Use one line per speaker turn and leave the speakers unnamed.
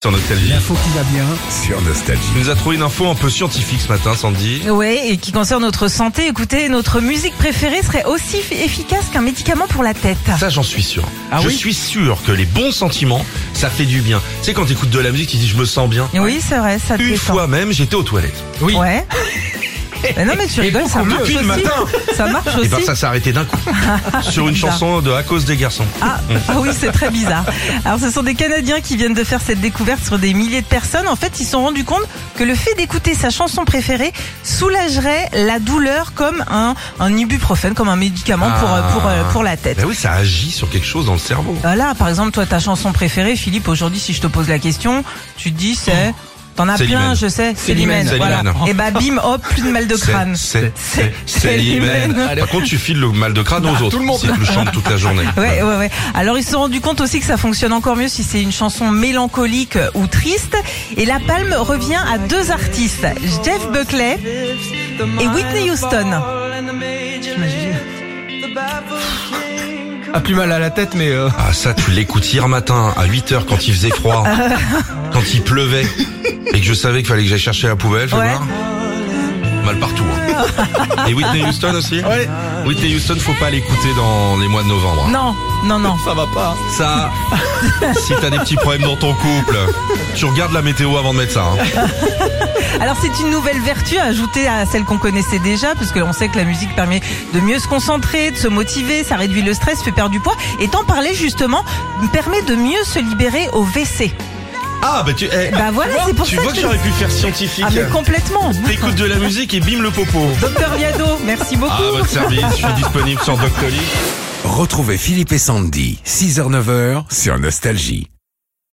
Sur Nostalgie.
L'info qui va bien sur Nostalgie.
Tu nous as trouvé une info un peu scientifique ce matin, Sandy.
Ouais, et qui concerne notre santé. Écoutez, notre musique préférée serait aussi f- efficace qu'un médicament pour la tête.
Ça, j'en suis sûr.
Ah
je
oui
suis sûr que les bons sentiments, ça fait du bien. Tu sais, quand t'écoutes de la musique, tu dis je me sens bien.
Eh Oui, c'est vrai, ça te
Une
détend.
fois même, j'étais aux toilettes.
Oui.
Ouais. Mais non, mais tu rigoles, ça
beaucoup
marche
mieux.
aussi.
Depuis le
Ça marche
Et
aussi.
ben ça s'est arrêté d'un coup. sur une chanson de À cause des garçons.
Ah, ah oui, c'est très bizarre. Alors, ce sont des Canadiens qui viennent de faire cette découverte sur des milliers de personnes. En fait, ils se sont rendus compte que le fait d'écouter sa chanson préférée soulagerait la douleur comme un, un ibuprofène, comme un médicament pour, euh, pour, euh, pour la tête.
Ben oui, ça agit sur quelque chose dans le cerveau.
Voilà, Euh, par exemple, toi, ta chanson préférée, Philippe, aujourd'hui, si je te pose la question, tu te dis c'est. T'en as
Hmm. C'est
plein,
l'hymen.
je sais, c'est
l'hymen.
l'hymen.
C'est
Voilà.
l'hymen.
Et bah, bim, hop, plus de mal de
C'est-
crâne.
C'est c'est-
C'est-
c'est
c'est
l'hymen.
l'hymen.
Par contre, tu files le mal de crâne aux autres.
tout le monde.
Si tu le chantes toute la journée.
Ouais, ouais, ouais. Alors, ils se sont rendus compte aussi que ça fonctionne encore mieux si c'est une chanson mélancolique ou triste. Et la palme revient à deux artistes, Jeff Buckley et Whitney Houston.
A plus mal à la tête, mais euh,
Ah ça tu l'écoutes hier matin à 8h quand il faisait froid, quand il pleuvait et que je savais qu'il fallait que j'aille chercher la poubelle, je
Ouais.
voir. Mal partout. hein. Et Whitney Houston aussi
Ouais.
Whitney Houston, faut pas l'écouter dans les mois de novembre. hein.
Non, non, non.
ça va pas.
Ça, si t'as des petits problèmes dans ton couple, tu regardes la météo avant de mettre ça. hein.
Alors c'est une nouvelle vertu ajoutée à celle qu'on connaissait déjà, parce que on sait que la musique permet de mieux se concentrer, de se motiver, ça réduit le stress, fait perdre du poids, et t'en parlais justement, permet de mieux se libérer au WC.
Ah bah tu, eh,
Bah voilà, c'est pour
tu
ça
vois
que
que j'aurais pu faire scientifique.
Ah mais complètement
T'écoutes de la musique et bim le popo.
Docteur Viado, merci beaucoup
Ah votre service, je suis disponible sur Doctolib.
Retrouvez Philippe et Sandy, 6h-9h sur Nostalgie.